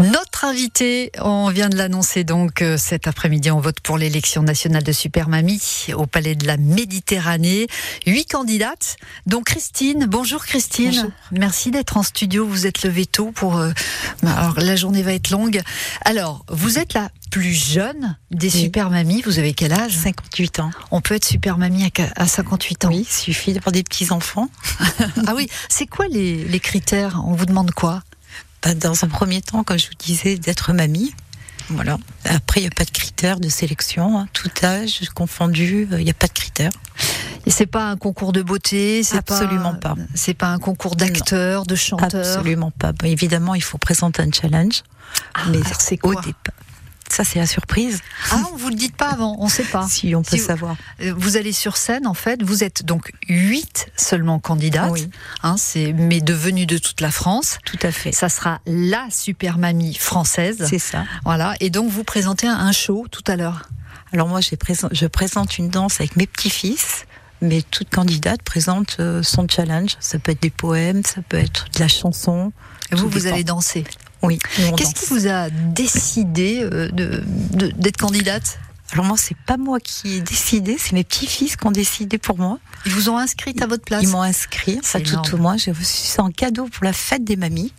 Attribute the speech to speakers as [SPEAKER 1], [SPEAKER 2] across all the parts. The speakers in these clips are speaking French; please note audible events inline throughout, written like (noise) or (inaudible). [SPEAKER 1] Notre invité, on vient de l'annoncer donc euh, cet après-midi, on vote pour l'élection nationale de Super Mamie au Palais de la Méditerranée. Huit candidates, dont Christine. Bonjour Christine.
[SPEAKER 2] Bonjour.
[SPEAKER 1] Merci d'être en studio. Vous êtes levée tôt pour. euh, bah, alors la journée va être longue. Alors vous êtes la plus jeune des
[SPEAKER 2] Oui.
[SPEAKER 1] Super Mamies. Vous avez quel âge
[SPEAKER 2] 58 ans.
[SPEAKER 1] On peut être Super Mamie à ca- à 58 ans.
[SPEAKER 2] Oui, il suffit d'avoir des petits-enfants.
[SPEAKER 1] Ah oui. C'est quoi les, les critères On vous demande quoi
[SPEAKER 2] Bah, dans un premier temps, comme je vous disais, d'être mamie. Voilà. Après, il n'y a pas de critères de sélection. hein. Tout âge confondu, euh, il n'y a pas de critères.
[SPEAKER 1] Et c'est pas un concours de beauté, c'est pas-
[SPEAKER 2] Absolument pas.
[SPEAKER 1] C'est pas un concours d'acteurs, de chanteurs.
[SPEAKER 2] Absolument pas. Bah, évidemment, il faut présenter un challenge. mais
[SPEAKER 1] alors Ah, c'est
[SPEAKER 2] au
[SPEAKER 1] quoi
[SPEAKER 2] départ. Ça, c'est la surprise,
[SPEAKER 1] Ah, on vous le dites pas avant, on sait pas.
[SPEAKER 2] si on peut
[SPEAKER 1] Ah. Si vous-
[SPEAKER 2] savoir.
[SPEAKER 1] Euh, Vous allez sur scène, en fait, vous êtes donc huit seulement candidates,
[SPEAKER 2] Oui,
[SPEAKER 1] hein, c'est mais devenues de toute la France.
[SPEAKER 2] tout à fait.
[SPEAKER 1] Ça sera la super mamie française,
[SPEAKER 2] C'est ça.
[SPEAKER 1] voilà. Et donc vous présentez un- un show tout à l'heure.
[SPEAKER 2] Alors moi, j'ai présen- je présente une danse avec mes petits-fils, mais toute candidate présente euh, son challenge. Ça peut être des poèmes, ça peut être de la chanson.
[SPEAKER 1] Et vous,
[SPEAKER 2] Tout
[SPEAKER 1] vous
[SPEAKER 2] dépend.
[SPEAKER 1] allez danser.
[SPEAKER 2] Oui. nous, on
[SPEAKER 1] Qu'est-ce
[SPEAKER 2] danse.
[SPEAKER 1] qui vous a décidé euh, de- de- d'être candidate
[SPEAKER 2] Alors moi, c'est pas moi qui ai décidé, c'est mes petits-fils qui ont décidé pour moi.
[SPEAKER 1] Ils vous ont inscrite à votre place
[SPEAKER 2] Ils m'ont inscrit.
[SPEAKER 1] C'est
[SPEAKER 2] Enfin, tout
[SPEAKER 1] énorme.
[SPEAKER 2] au moins, j'ai reçu ça en cadeau pour la fête des mamies.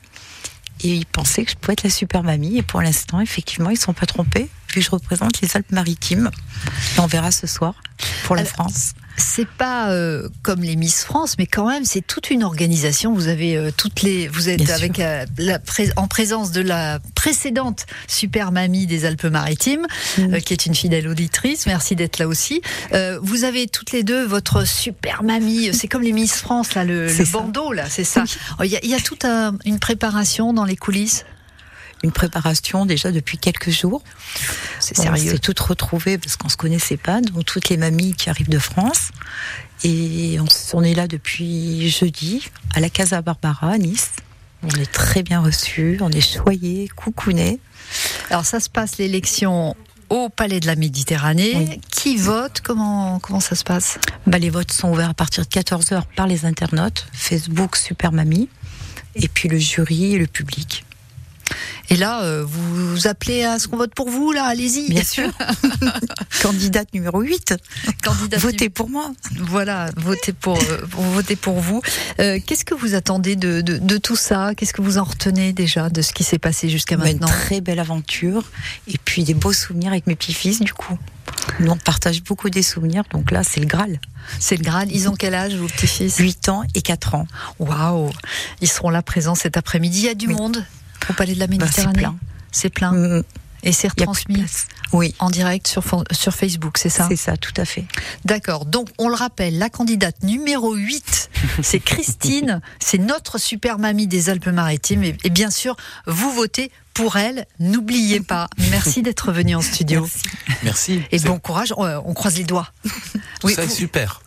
[SPEAKER 2] Et ils pensaient que je pouvais être la super mamie. Et pour l'instant, effectivement, ils ne sont pas trompés. Puis je représente les Alpes-Maritimes. Et on verra ce soir pour la
[SPEAKER 1] Alors,
[SPEAKER 2] France.
[SPEAKER 1] C'est pas euh, comme les Miss France, mais quand même, c'est toute une organisation. Vous avez euh, toutes les, vous êtes
[SPEAKER 2] Bien sûr.
[SPEAKER 1] avec euh, la pré- en présence de la précédente super mamie des Alpes-Maritimes,
[SPEAKER 2] Mm.
[SPEAKER 1] euh, qui est une fidèle auditrice. Merci d'être là aussi. Euh, vous avez toutes les deux votre super
[SPEAKER 2] (laughs)
[SPEAKER 1] mamie. C'est comme les Miss France là, le,
[SPEAKER 2] C'est
[SPEAKER 1] le
[SPEAKER 2] ça.
[SPEAKER 1] bandeau là, c'est ça. Oh, Il y, a- il y a toute un- une préparation dans les coulisses.
[SPEAKER 2] Une préparation déjà depuis quelques jours.
[SPEAKER 1] C'est
[SPEAKER 2] Bon, On
[SPEAKER 1] sérieux.
[SPEAKER 2] s'est toutes retrouvées parce qu'on se connaissait pas, donc toutes les mamies qui arrivent de France. Et on, s- on est là depuis jeudi à la Casa Barbara à Nice. On est très bien reçus, on est choyés, coucounés.
[SPEAKER 1] Alors ça se passe l'élection au Palais de la Méditerranée.
[SPEAKER 2] Oui.
[SPEAKER 1] Qui vote Comment comment ça se passe
[SPEAKER 2] Bah, les votes sont ouverts à partir de 14h par les internautes, Facebook Super Mamie, et puis le jury et le public.
[SPEAKER 1] Et là, euh, vous, vous appelez à ce qu'on vote pour vous, là, allez-y. (laughs)
[SPEAKER 2] Bien sûr. (laughs) Candidate numéro 8,
[SPEAKER 1] Candidat
[SPEAKER 2] votez pour moi.
[SPEAKER 1] Voilà, votez pour, euh, pour- votez pour vous. Euh, Qu'est-ce que vous attendez de, de- de tout ça Qu'est-ce que vous en retenez déjà de ce qui s'est passé jusqu'à
[SPEAKER 2] Bah, Une
[SPEAKER 1] maintenant
[SPEAKER 2] très belle aventure et puis des beaux souvenirs avec mes petits-fils du coup. Nous on partage beaucoup des souvenirs donc là c'est le Graal.
[SPEAKER 1] C'est le Graal. Ils ont quel âge, vos petits-fils
[SPEAKER 2] 8 ans et 4 ans.
[SPEAKER 1] Waouh Ils seront là présents cet après-midi. Il y a du
[SPEAKER 2] Oui.
[SPEAKER 1] monde au Palais de la
[SPEAKER 2] Bah, c'est
[SPEAKER 1] Méditerranée.
[SPEAKER 2] plein.
[SPEAKER 1] c'est plein.
[SPEAKER 2] Mm,
[SPEAKER 1] Et c'est
[SPEAKER 2] Il y a plus de
[SPEAKER 1] retransmis
[SPEAKER 2] place. Oui,
[SPEAKER 1] en direct sur, fon- sur Facebook, c'est ça
[SPEAKER 2] c'est ça tout à fait.
[SPEAKER 1] D'accord. Donc, on le rappelle, la candidate numéro 8, c'est Christine. c'est notre super mamie des Alpes-Maritimes. Et, et bien sûr, vous votez pour elle. N'oubliez pas. Merci d'être venue en studio.
[SPEAKER 3] Merci.
[SPEAKER 1] Et
[SPEAKER 3] C'est-
[SPEAKER 1] euh, bon courage. On, on croise les doigts.
[SPEAKER 3] tout
[SPEAKER 1] Oui,
[SPEAKER 3] ça est
[SPEAKER 1] vous-
[SPEAKER 3] super.